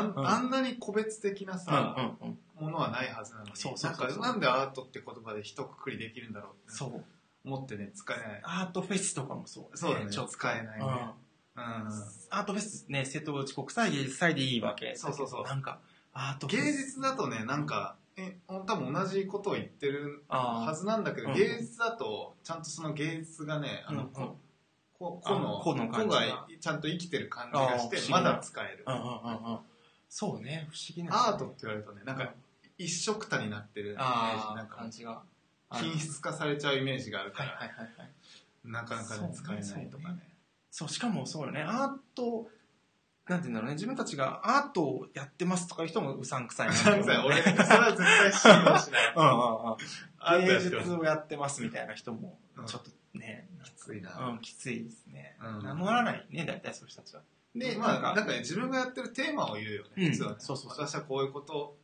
ん
うん
あんなに個別的なさ、
うんうんうん
ものはないはずなのに
そうそうそうそう
なんかなんでアートって言葉で一括りできるんだろうって
そう
思ってね使えない
アートフェスとかもそう
そうだね
ちょっと
使えないね、
う
う
ん
ん
アートフェスね瀬戸内国際芸術祭でいいわけ
そうそうそう
なんかアートフェ
芸
ス
術だとねなんかえ多分同じことを言ってるは
あ
ずなんだけど、
うん
芸術だとちゃんとその芸術がね
あ
あの、
うんうん
こ
あ
個の
個の感じが
がちゃんと生きてる感じがし
あー不思
て
議な
まだ使える、
うんうんうんうんそうね不思議な
アートって言われるとねなんか一色たになってるイメージ
あ
な
あ
んか
感じが
品質化されちゃうイメージがあるか
はい
ら、
はいはいはい
なかなかね使えないとかね
そう、しかもそうよね、アート、なんて言うんだろうね、自分たちがアートをやってますとかいう人もうさんくさいなって
な
思
ん
う。
か俺それ
[LAUGHS]
は絶対信用しない
うんうんうん。芸
アートやって
術
ます
をやってますみたいな人も
うん、
ちょっとね、
きついな、
うん、きついですね。
うん
名乗らないね、大体そういう人たちは。
で、
うん
ま
な
あ、
んか
なんかね、自分がやってるテーマを言うよ
う
ね、
ん
実はね。
そうそうそう
私はこういうこと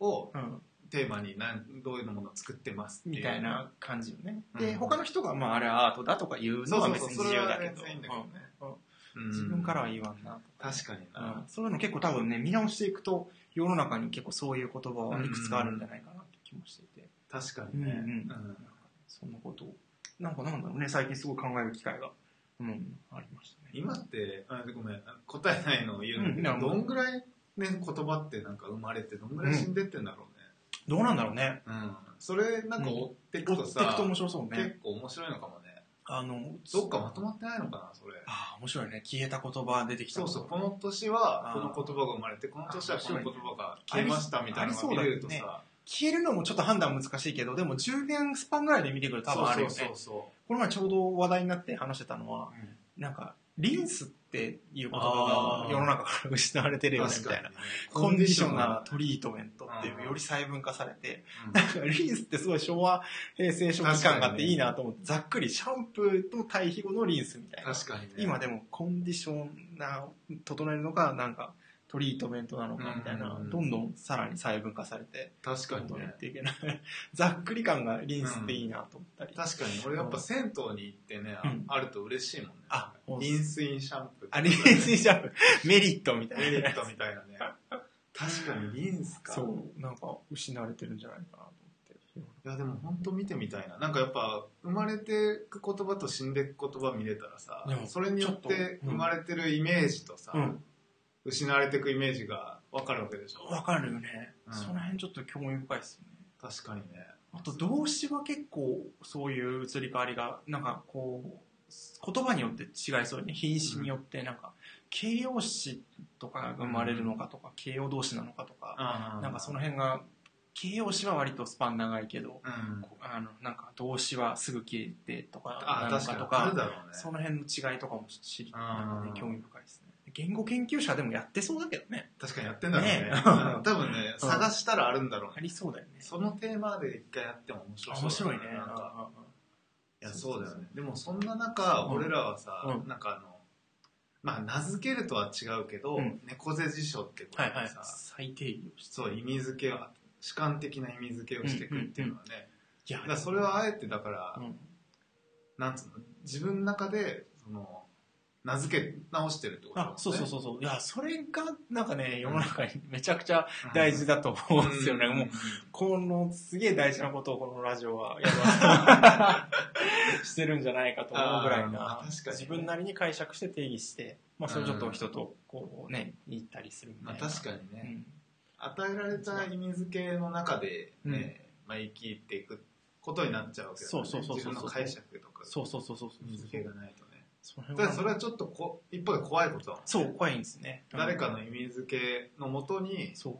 を
うん、
テーマになん、どういうものを作ってますっていう。
みたい。な感じよね。
うん
で、他の人が、まあ、あれはアートだとか言う
そ
の
う
は
そう
別
そう、
に
そ
自
れ
由
は
だけ
全
ど
然いいんだけどね。
うん自分から
は
は言わんなとか。
確かに
うん
な。
そういうの結構多分ね、見直していくと、世の中に結構そういう言葉はいくつかあるんじゃないかなって気もしていて。
確かにね。
うんうん
うん
そんなことを。なんかなんだろうね、最近すごい考える機会が、うん、ありましたね。
今って、あごめん、答えないのを言う
うん
の、
うん
どんぐらいね、言葉ってなんか生まれて、どんぐらい死んでってんだろ
どうなんだろうね。
うね。うん。それ、なんか追っていくと
追っていく
さ
と、面白そうね。
結構面白いのかもね。
あの、
どっかまとまってないのかな、それ。
ああ、面白いね。消えた言葉出てきた
そ
と
う
か。
そう、この年は
あ
この
ー
言葉が生まれて、この年はこの言葉が
あー
消えましたみたいなの
あり
が
そう
見
だ
れ
ね
るとさ、
消えるのもちょっと判断難しいけど、でも10年スパンぐらいで見てくると多分あるよね。
そうそうそ
この前ちょうど話題になって話してたのは
う、、うん
なんか、リンスっていう言葉
あ
が
ー
世の中から失われてるよね、
確
み
か
た
に
いな。コ
コ
ン
ン
デ
デ
ィ
ィ
シ
ショ
ョナ
ナ
ートリートメントって
う
い
ん
う、より細分化されて、
ー
なんかリンスってすごい昭和、平成、初期感があっていいなと思って、ざっくりシャンプーと対比後のリンスみたいな。
確かにね
今でもコンディショナー整えるのか、なんか、トリートメントなのかみたいな、
うんうんうん
どんどんさらに細分化されて、
確か
どん
に
どんや
ね
っていけない。ざっくり感がリンスっていいなと思ったり。
確かに俺やっぱ銭湯に行ってね、あ
うん
あると嬉しいもんね
あ、
リンスインシャンプー
あ、リンスにしちゃう。メリットみたいな。
メリットみたいなね確かにリンスか
そう、なんか失われてるんじゃないかなと思って。
いやでも本当見てみたいななんかやっぱ生まれてく言葉と死んでく言葉見れたらさ
でも
それによって
ちょっとうん
生まれてるイメージとさ、
うん
失われてくイメージが分かるわけでしょ
わかるよね。
うん
その辺ちょっと興味深いですよね。
確かにね
あと動詞は結構そういう移り変わりが、なんかこう、言葉によって違いそうよね。品詞によって、なんか、形容詞とかが生まれるのかとか、形容動詞なのかとか、
あ
なんかその辺が、形容詞は割とスパン長いけど、
うん
こうあの、なんか動詞はすぐ消えてとか、
あ
なの
確
か
かに
と
あ
か
る、だろうね
その辺の違いとかもちょっと知りたいので
うん
興味深いですね。言語研究者でもやってそうだけどね。
確かにやってんだろうね
ね
うん多分ね
うん
探したらあるんだろうね
ありそうだよね。
そのテーマで一回やっても面白
あ
そう
面白いね。
なんかいや、そうだよ
そうそう
ね。でも、そんな中、
うん
俺らはさ、
うん
なんかあの、まあ、名付けるとは違うけど、
うん
猫背辞書ってこと
は
で
い
さ、
はい。最低限をして。
そう、意味付けは、主観的な意味付けをしていくっていうのはね、
いや
だからそれはあえて、だから、
うん
なんつうの、自分の中で、その、名付け直してるってことだも
あ
ん、ね
そうそうそうそう。いや、それが、なんかね、世の中に [LAUGHS] めちゃくちゃ
うん
大事だと思うんですよね。
ん
もう、このすげえ大事なことをこのラジオはやるして [LAUGHS] るんじゃないかと思うぐらい
あ
な
ー確かに
自分なりに解釈して定義して、まあ、それをちょっと人とこうね、言ったりするみた
まあ、
いな。
確かに
う
ね、
ん
与えられた意味付けの中で、ね、まあ、生きていくことになっちゃうわけだよね。
そうそうそうそう
自分の解釈とか、
そうそうそうそうそう。
水気がないとね。
その辺
た
は
だそれはちょっとこ一方で怖いことだもんね
そう、怖いんですね。
誰かの意味付けのもとに
そう。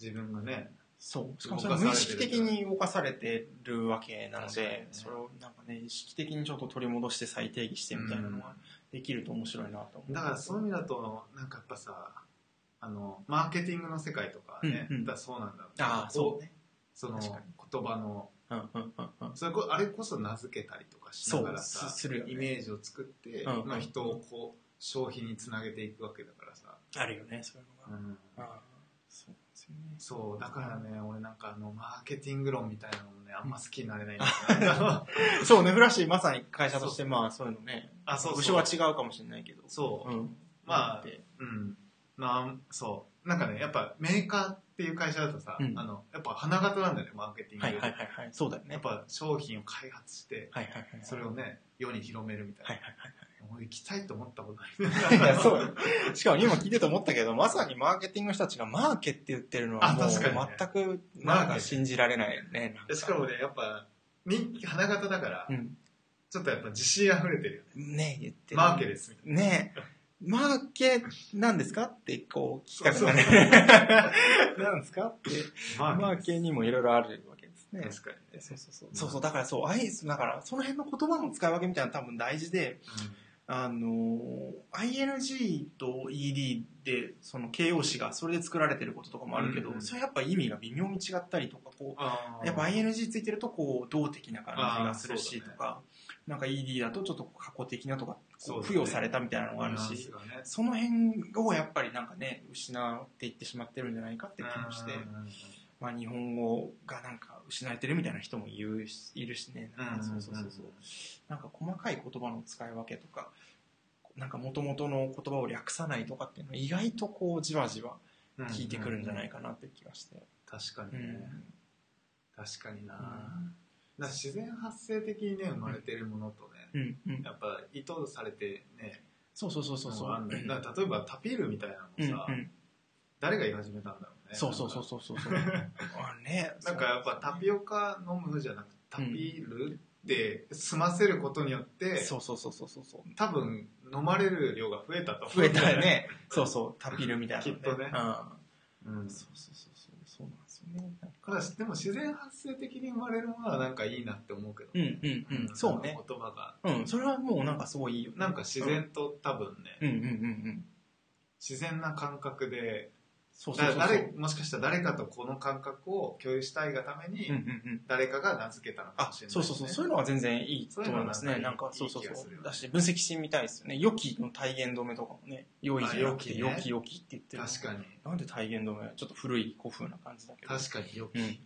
自分がね、
そう。しかもそれ無意識的に動かされてるわけなの
確かに
で
ね、
それをなんかね、意識的にちょっと取り戻して再定義してみたいなのができると面白いなと思う。
だからそういう意味だとなんかやっぱさあのマーケティングの世界とかね、
うんうん
だからそうなんだろうね
ああ、そうね。
その
確かに
言葉の
うんうんうんうん。
それこあれこそ名付けたりとかしながら
そ
さ、
うすするよね
イメージを作って、
うんうん
まあ、人をこう消費につなげていくわけだからさ、
あるよね、そういうのが。
うん
ああそうなんですよね。
そうだからね俺なんかあのマーケティング論みたいなのもねあんま好きになれないんだよね
そうね、フラッシュまさに会社として [LAUGHS] まあそういうのね、
あそうそう
部署は違うかもしれないけど。
そう、
うん。
まあ
って
うん。なん、そう。なんかね、やっぱメーカーっていう会社だとさ、
うん
あの、やっぱ花形なんだよね、マーケティング。
はいはいはいはい。そうだよね。
やっぱ商品を開発して、
はいはいはい。
それをね、世に広めるみたいな。
はいはいはい。
もう行きたいと思ったことない。
[LAUGHS] いや、そうよ。しかも今聞いてて思ったけど、まさにマーケティングの人たちがマーケって言ってるのは
あ
もう
確かにね
全くなんか信じられないよね。なん
でしかもね、やっぱ、人気花形だから、
うん。
ちょっとやっぱ自信溢れてるよね。
ねえ、言って。
マーケです、みたい
ねえ。マーケなんですかってこう聞きたくなる
そうそう。
[LAUGHS] なんですかって。
な。
マーケにもいろいろあるわけですね。
確かにね。
そうそうそう。そうそう、だからそう、アイス、だからその辺の言葉の使い分けみたいなの多分大事で、あのー ING と ED でその形容詞がそれで作られてることとかもあるけど、
うんうん
それやっぱ意味が微妙に違ったりとかこ
あ
う
ー
やっぱ ING ついてるとこう動的な感じがする
あー
し
そうだ
と
ね
か、なんか ED だとちょっと過去的なとかこう
そうだね
付与されたみたいなのがある
ニュアン
し
スがね
その辺をやっぱりなんかね失っていってしまってるんじゃないかって気もして、
うんうんうん
まあ、日本語がなんか失えてるみたいな人もいるしいるしねなんかそうそうそうそうなんか細かい言葉の使い分けとか、なんか元々の言葉を略さないとかっていうのは意外とこうじわじわ
うんうん
効いてくるんじゃないかなっていう気がして。
確かに
う
ね。
ん。
確かにな、
うん
だから自然発生的にね生まれてるものとね、
うん。うん
やっぱ意図されてね
そうそうそうそうそう。
あのあんだよだから例えばタピールみたいな
うんう
のさ、
ん。
誰が言い始めたんだろうね
そうそうそうそ
[LAUGHS]
うそう。あね。
なんかやっぱタピオカ飲むじゃなくてタピールって済ませることによって、
そうそうそうそうそうそう。
多分飲まれる量が増えたと思う
増
[LAUGHS]
えたよ、ね。そうそう。タピルみたいなのね。
きっとね
うん。
うん、
そうそうそうそう。そうなんですよね。
からでも自然発生的に生まれるものはなんかいいなって思うけど、
うんうんうん、そうね。
言葉が
うん、それはもうなんかすごいいいよ、ね。
なんか自然と多分ね、
うんうんうんうん。
自然な感覚で
そうそう
だ
そう
か
そう。
ら誰もしかしたら誰かとこの感覚を共有したいがために、
うんうんうん。
誰かが名付けたのか
あ
も、しれない、
そうそうそう。そういうのは全然いいと思います
そう
ね。
いうの
な
は
んか、そうそう
いい気が
そ
するよ
う。
ね
だし、分析してみたいですよね。良きの体現止めとかもね。良いじゃなくて、
あ
良
良きね
き良きって言ってる。
確かに
なんで体現止めちょっと古い古風な感じだけど。
確かによく、
うん。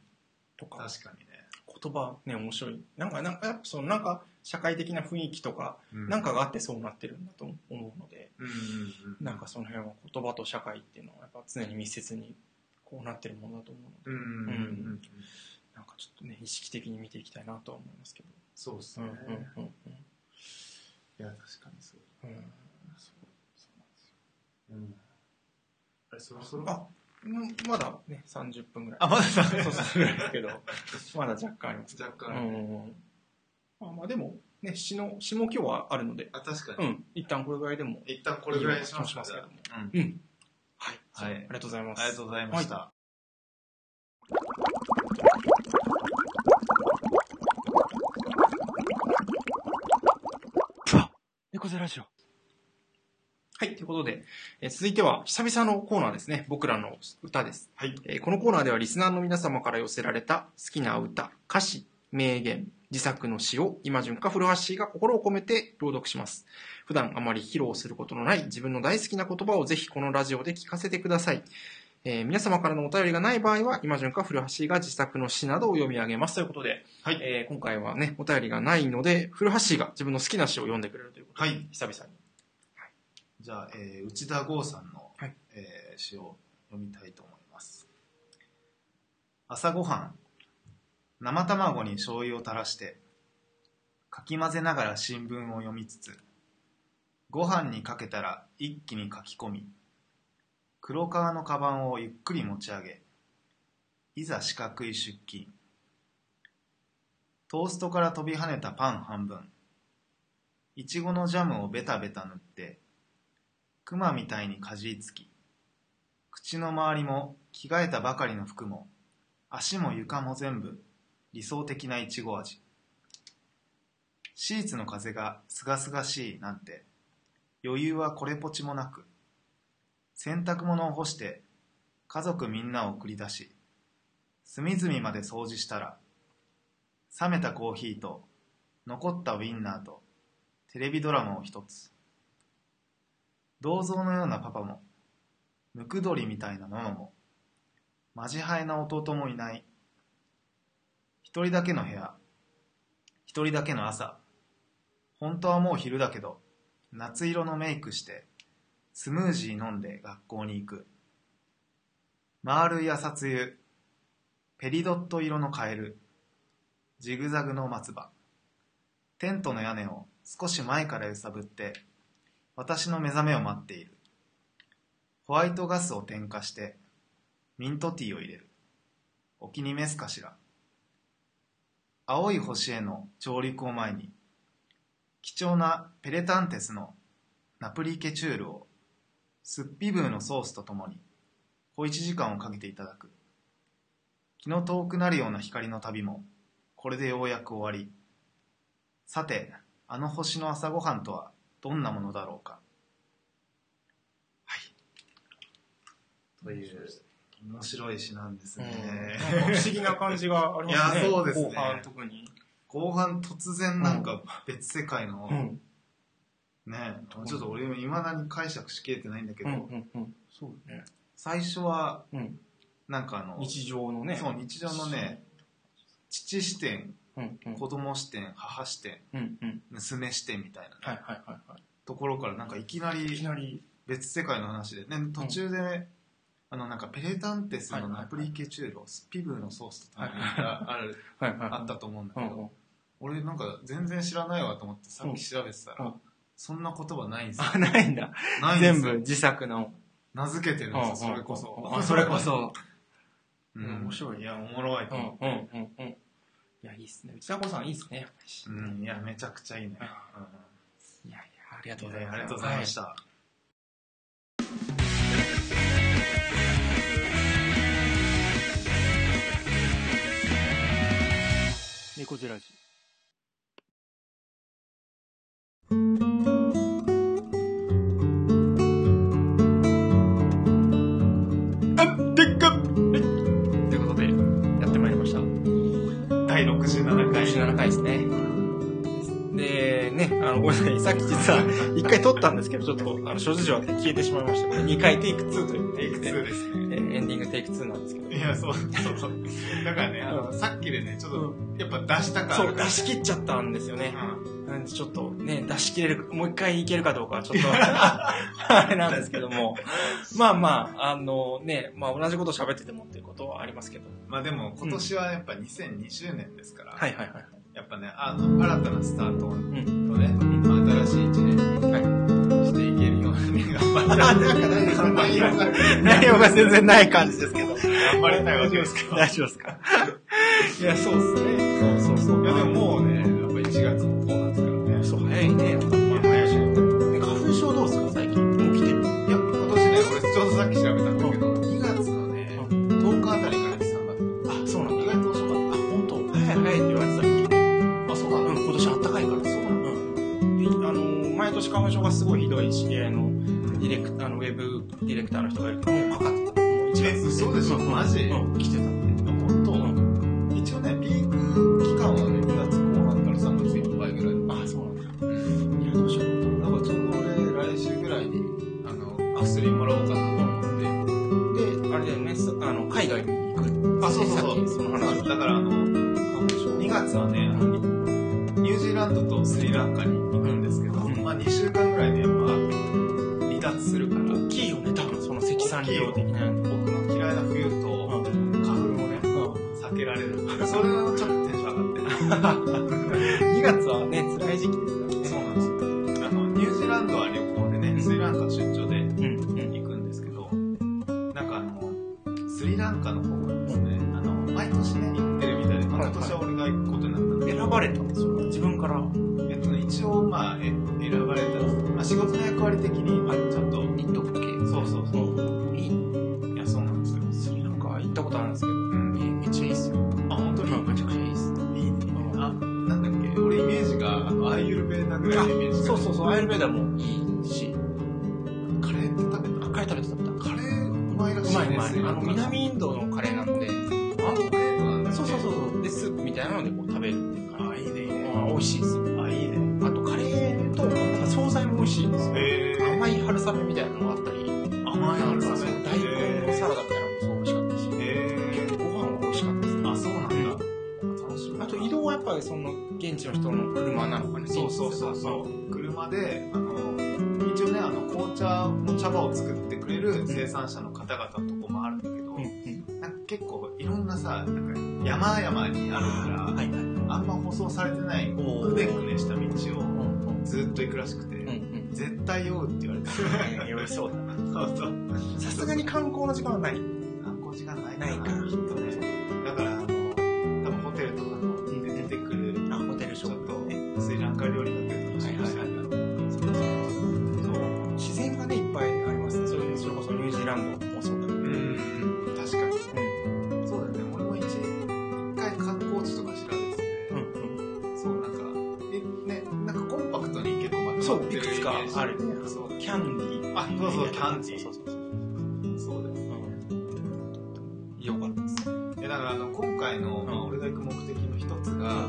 とか。
確かにね、
言葉ね面白いなんかなんかやっぱそのなんか社会的な雰囲気とか、
うん
なんかがあってそうなってるんだと思うので
うんうんうん
なんかその辺は言葉と社会っていうのはやっぱ常に密接にこうなってるものだと思うので
うんうんうんうん
なんかちょっとね意識的に見ていきたいなとは思いますけど、
そうです
うん
ね、
うん
い
うん
や確かにそう
うんうん
そうそうなんですよ、うん、あれそろそろ
あうんまだね30分ぐらい
まだ
そうそうぐらいですけどまだ若干あります
若
う
干、
んうんうんまあまあでもね詩の詩も今日はあるので
あ確か
う
に、
ん一旦これぐらいでも
一旦これぐらいにしま
いい
しょ
ような
う
気もしますけども
じゃあうん
うん。はい。
はい
ありがとうございます。
ありがとうございました、
猫背ラジオ。はい。ということで、えー続いては、久々のコーナーですね。僕らの歌です。
はい
えーこのコーナーでは、リスナーの皆様から寄せられた好きな歌、歌詞、名言、自作の詩を、今順か古橋が心を込めて朗読します。普段あまり披露することのない自分の大好きな言葉をぜひこのラジオで聞かせてください。えー皆様からのお便りがない場合は、今順か古橋が自作の詩などを読み上げますということで、
はい
えー今回はね、お便りがないので、古橋が自分の好きな詩を読んでくれるということで、
はい
久々に。
じゃあ、えー内田剛さんの、
はい
えー詩を読みたいと思います。朝ごはん、生卵に醤油を垂らして、かき混ぜながら新聞を読みつつ、ご飯にかけたら一気にかき込み、黒革のカバンをゆっくり持ち上げ、いざ四角い出勤。トーストから飛び跳ねたパン半分、いちごのジャムをベタベタ塗って、クマみたいにかじりつき、口の周りも着替えたばかりの服も、足も床も全部理想的ないちご味。シーツの風がすがすがしいなんて、余裕はこれぽちもなく、洗濯物を干して家族みんなを送り出し、隅々まで掃除したら、冷めたコーヒーと残ったウインナーとテレビドラマを一つ。銅像のようなパパも、ムクドリみたいなママも、マジハイな弟もいない。一人だけの部屋、一人だけの朝。本当はもう昼だけど、夏色のメイクして、スムージー飲んで学校に行く。丸い朝露、ペリドット色のカエル、ジグザグの松葉。テントの屋根を少し前から揺さぶって、私の目覚めを待っている。ホワイトガスを点火して、ミントティーを入れる。お気に召すかしら。青い星への上陸を前に、貴重なペレタンテスのナプリケチュールを、すっぴブーのソースとともに、小一時間をかけていただく。気の遠くなるような光の旅も、これでようやく終わり。さて、あの星の朝ごはんとはどんなものだろうか。はい。という、面白い詩なんです
うん
ね。
なん [LAUGHS] か不思議な感じがありますね。
いやそうですね
後半特に。
後半突然なんか別世界の、
うん。
ね、ちょっと俺もいまだに解釈しきれてないんだけ
う
ど、
んうんうん。そうね。
最初は
うん。
なんかあの、
日常のね。
そう日常のね、父視点、
うんうん。
子供視点、母視点、
うんうん。
娘視点みたいなね、
はいはいはいはい。
ところからなんかいきない
き
り
なり。
別世界の話で、ね、途中で、あのなんかペレタンテスのナプリケチュールをスピブーのソースと食べ
はいはい
ある
はいはいはい。
あったと思うんだけ
う
ど、
んうん。
俺なんか全然知らないわと思ってさっき調べてたら、
うん
そんな言葉ないんですよ。
あ、ないんだ。
ないんです
全
よ
部自作の。
名付けてるん
うん
で
うん
すよ、それこそ。
あそれこ。そ。
うん、
面白い
いや、おもろいと
うん
思
うんうんうん。いや、いいっすね。内田子さんいいっすね、やっぱり。
う。うん、いや、めちゃくちゃいいね。うん
いやいや、ありがとうご
い
ざい
や
ま
あり
す。
がとうございました。
猫背ラジ。
でっかっということで、やってまいりました。
第67回
17回ですね。で、ね、あの、ごめんなさい。さっき実は、一回撮ったんですけど、ちょっと、あの、諸事情で消えてしまいました。これ2回テイク2という
テイク2ですね
えーエンディングテイク2なんですけど。
いやそうそうそうだからねあのさっきでねちょっとやっぱ出したから
そう、出し切っちゃったんですよね。なんでちょっとね、出し切れる、もう一回いけるかどうかはちょっ [LAUGHS] と、あれなんですけども。まあまあ、あのね、まあ同じこと喋っててもっていうことはありますけど。
まあでも今年はやっぱ2020年ですから、
はいはいはい。
やっぱねあの新たなスタートを
う
ね、
ん。
新しい一年にしていけるようにね頑 [LAUGHS] 張りたい
なんか
内容が
内容が全然ない感じですけど。
頑張りたいわけですけどい
大丈夫で
[LAUGHS]
すかいや、そうですね。そうそうそう。
やでももうねやっぱ1月も後半ですからね
そう、早いね。
まあ早いしいや
花粉症どうですか最近。もう来てる。
今年ね俺ちょうどさっき調べたんだけど2月のね
う
10日あたりから3月
あ、そうなん
意
だ。
外と遅かっ
あ、本当。早い早いって言われてた。あ、そうなんうん、今年あったかいから。そうなんあの、毎年花粉症がすごいひどい知り合いの、ディレクターの、ウェブディレクターの人がいるから、もうかかってた。もう一
え嘘でしょ
うん
マジ
うん、来てたね。
た本当、一応ねピーク期間はね2月後半から3月いっぱいぐらい
あ、そうなんだ。いや、どうしよう。
だからちょうど俺来週ぐらいにあの薬もらおうかなと思って
で、あれだよね、すあの、海外に行く。
あそうそうそう
さっきその話。
だからあの2月はねあのニュージーランドとスリランカに行くんですけど、
うん
まあ、2週間ぐらいでやっぱ離脱するから
大きいよね、多分、その積算量的な。
僕の嫌いな冬と花粉をね避けられるそれはちょっとテンション上がって
2月はね、辛い時期です
そう
からね。
なんですよあのニュージーランドは旅行でねスリランカ出張で
うん、うん。
行くんですけど、なんかあの、スリランカの方がですね、あの、毎年ね、行ってるみたいで、まあ、
はいはい
今年は俺が行くことになったんで、
選ばれたんですよ。自分から。
えっとね、一応、まあ、え選ばれた、まあ、仕事の役割的に、まあ、ちょっと、
ニット系。。
そうそうそう
いい。
う、いや、そうなんですよ。
スリランカ行ったことあるんですけど、
うん。
めっちゃいいっすよ。
あ、本当に、
めちゃくちゃいいっす。
いいね。あ、なんだっけ、俺イメージが、あの、アイユルベーダぐらいのイメージが。
そうそうそう、アイルベーダもいいし、
カレーって食べ
あカレー食べて食べ
たカレー、うまいら
た。
し
う
い
まい
ね、
うまい。あの、南インドのカレーなんで、
あのカレーなんだっけ
そうそうそうそう。で、スープみたいなのでこう食べるっていうか、
あ、いいね、いいね。
あ美味しいですよ。
あ、いいね。
あと、カレーと、なんか惣菜も美味しいんですよ。
えー、
甘い春雨みたいなのがあったり、
甘い
なん
春
か
雨
その大根のサラダみたいなのもすごい美味しかったし、
え
ご飯は美味しかったですね。
ー、あ、そうなんだ。楽しみ。
あと移動はやっぱりその現地の人の車なのかね。
そうそうそうそう。車で、あの、一応ね、あの、紅茶の茶葉を作ってくれる生産者の方々のとこもあるんだけど、
うんうん。
なんか結構いろんなさ、なんか山々にあるから、
はいはい。
あんま舗装されてない、
おー
くねくねした道
う
を
んうん
ずっと行くらしくて、
うん
絶対酔うって言われて、
うん。 [LAUGHS] 酔いそうだ
そうそう。
な。さすがに観光の時間はない。
観光時間ない
ない
か
から
な、きっとね。だから、あの、多分ホテルとかので出てくる
あ、ホテルシ
ち
ョ
ょ
ッ
っ
プ。
とスリランカ料理だけど、
はいはいはい。自然がね、いっぱいありますね。それそれこそニュージーランドもそうだけど。
うん、確かに。そうだよね、俺も一一回観光地とか調べてて、
うん
そう、なんか、え、ね、なんかコンパクトに結構まとまって
そう、いくつか
イメージ
あるね。
そう、
キャンディー。
あ、そうそう、キャンディー。
そうそうそう。
そうだよね。
うんよかったです。
いやだからあの、今回の、まあ、俺が行く目的の一つが、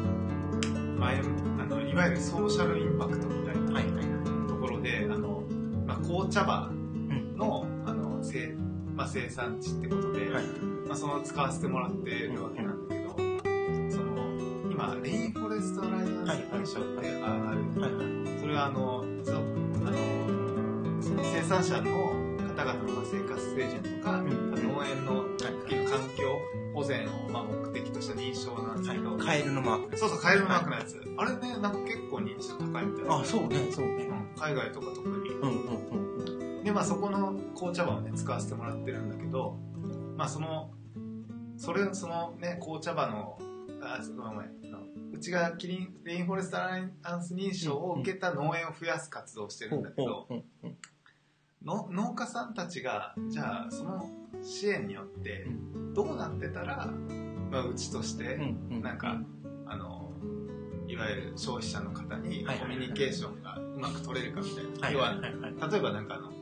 前、あの、いわゆるソーシャルインパクトみたいな。
はいはいはい。
ところで、あの、まあ、紅茶葉の、あの、生、まあ、生産地ってことで、
はい
まあ、その使わせてもらってるわけなんだけど、その、今、レインフォレストアライアンス会社ってある、
はいはい。
それはあの、そあの、その生産者の方々の生活水準とか、
ん
農園の
はい
環境保全を、まあ、目的とした認証なんですけど、
カエルのマーク。
そうそう、カエルマークのやつ。あれね、なんか結構認知度高いみたいな。
あ、そうね、そうね。
うん海外とか特に。
うんうんうん。
で、まあ、そこの紅茶葉をね、使わせてもらってるんだけど、まあ、その、それ、そのね、紅茶葉の、あ、ごめんごめんあのうちがキリン、レインフォレストアライアンス認証を受けた農園を増やす活動をしてるんだけど、
うん
の農家さんたちが、じゃあ、その支援によって、どうなってたら、まあ、うちとして、
うん。
なんか、あの、わゆる消費者の方に
はい
コミュニケーションがうまく取れるかみたいな、
はい
要
はい
は
はいはい
例えばなんかあのフ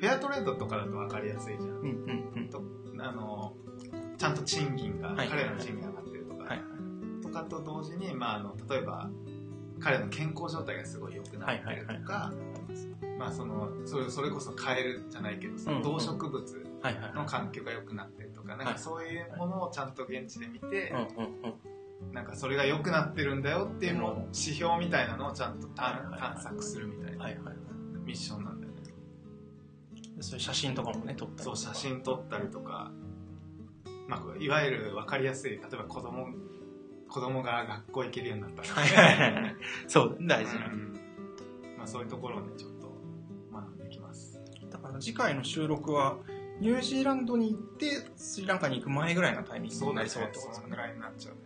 ェアトレードとかだと分かりやすいじゃん
うんうん
あのちゃんと賃金が、
はい
彼らの賃金が上がってるとか、
はい
とかと同時に、まあ、あの例えば彼の健康状態がすごい良くなってるとか、まあ、そのそれそれこそカエルじゃないけどそ
うんう
の
ん
動植物
はいはいは
の
い
環境が良くなってるとか,、なん
は
か
い
そういうものをちゃんと現地で見て、
うんうんうん
なんかそれが良くなってるんだよっていうのを
うん
指標みたいなのをちゃんと
はいは
探
いは
探
い
索するみたいな
はいはいはい
ミッションなんだよね。
そういう写真とかもね撮ったり
そう写真撮ったりとか、まあこう、いわゆる分かりやすい例えば子供子供が学校行けるようになったと [LAUGHS] か
はいはいはいはいそう大事な
うんまあ、そういうところをねちょっと学んできます
だから次回の収録はニュージーランドに行ってスリランカに行く前ぐらいのタイミングになりそうってことです
その
か
ぐ
ね
らいになっちゃうね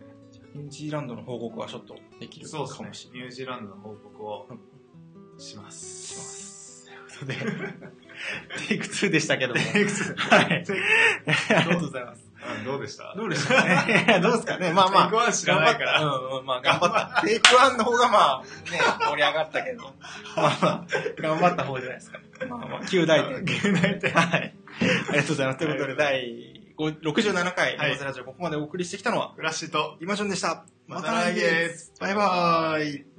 ニュージーランドの報告はちょっとできるか
そう
も
です
しれ
ね
ない
ニュージーランドの報告を
うん
し [LAUGHS] ます
ということ [LAUGHS] で、テイク2でしたけども。
テイクツー
は
テ
い。
イク
ありがとうございます。
うんどうで [LAUGHS] した
どうでしたかねい [LAUGHS] やどうですかねまあまあ。
僕は知らないから
頑張ったうんうん、まあ頑張った。テイク1の方がまあ、ね、盛り上がったけど。まあまあ、頑張った方じゃないですか。まあまあ、9大点。9大点。はい。ありがとうございます。ということで、第5 67回、
はい
ネオゼラジオ、ここまでお送りしてきたのは、
フラッシュと
イマジョンでした。
また来月
バイバーイ。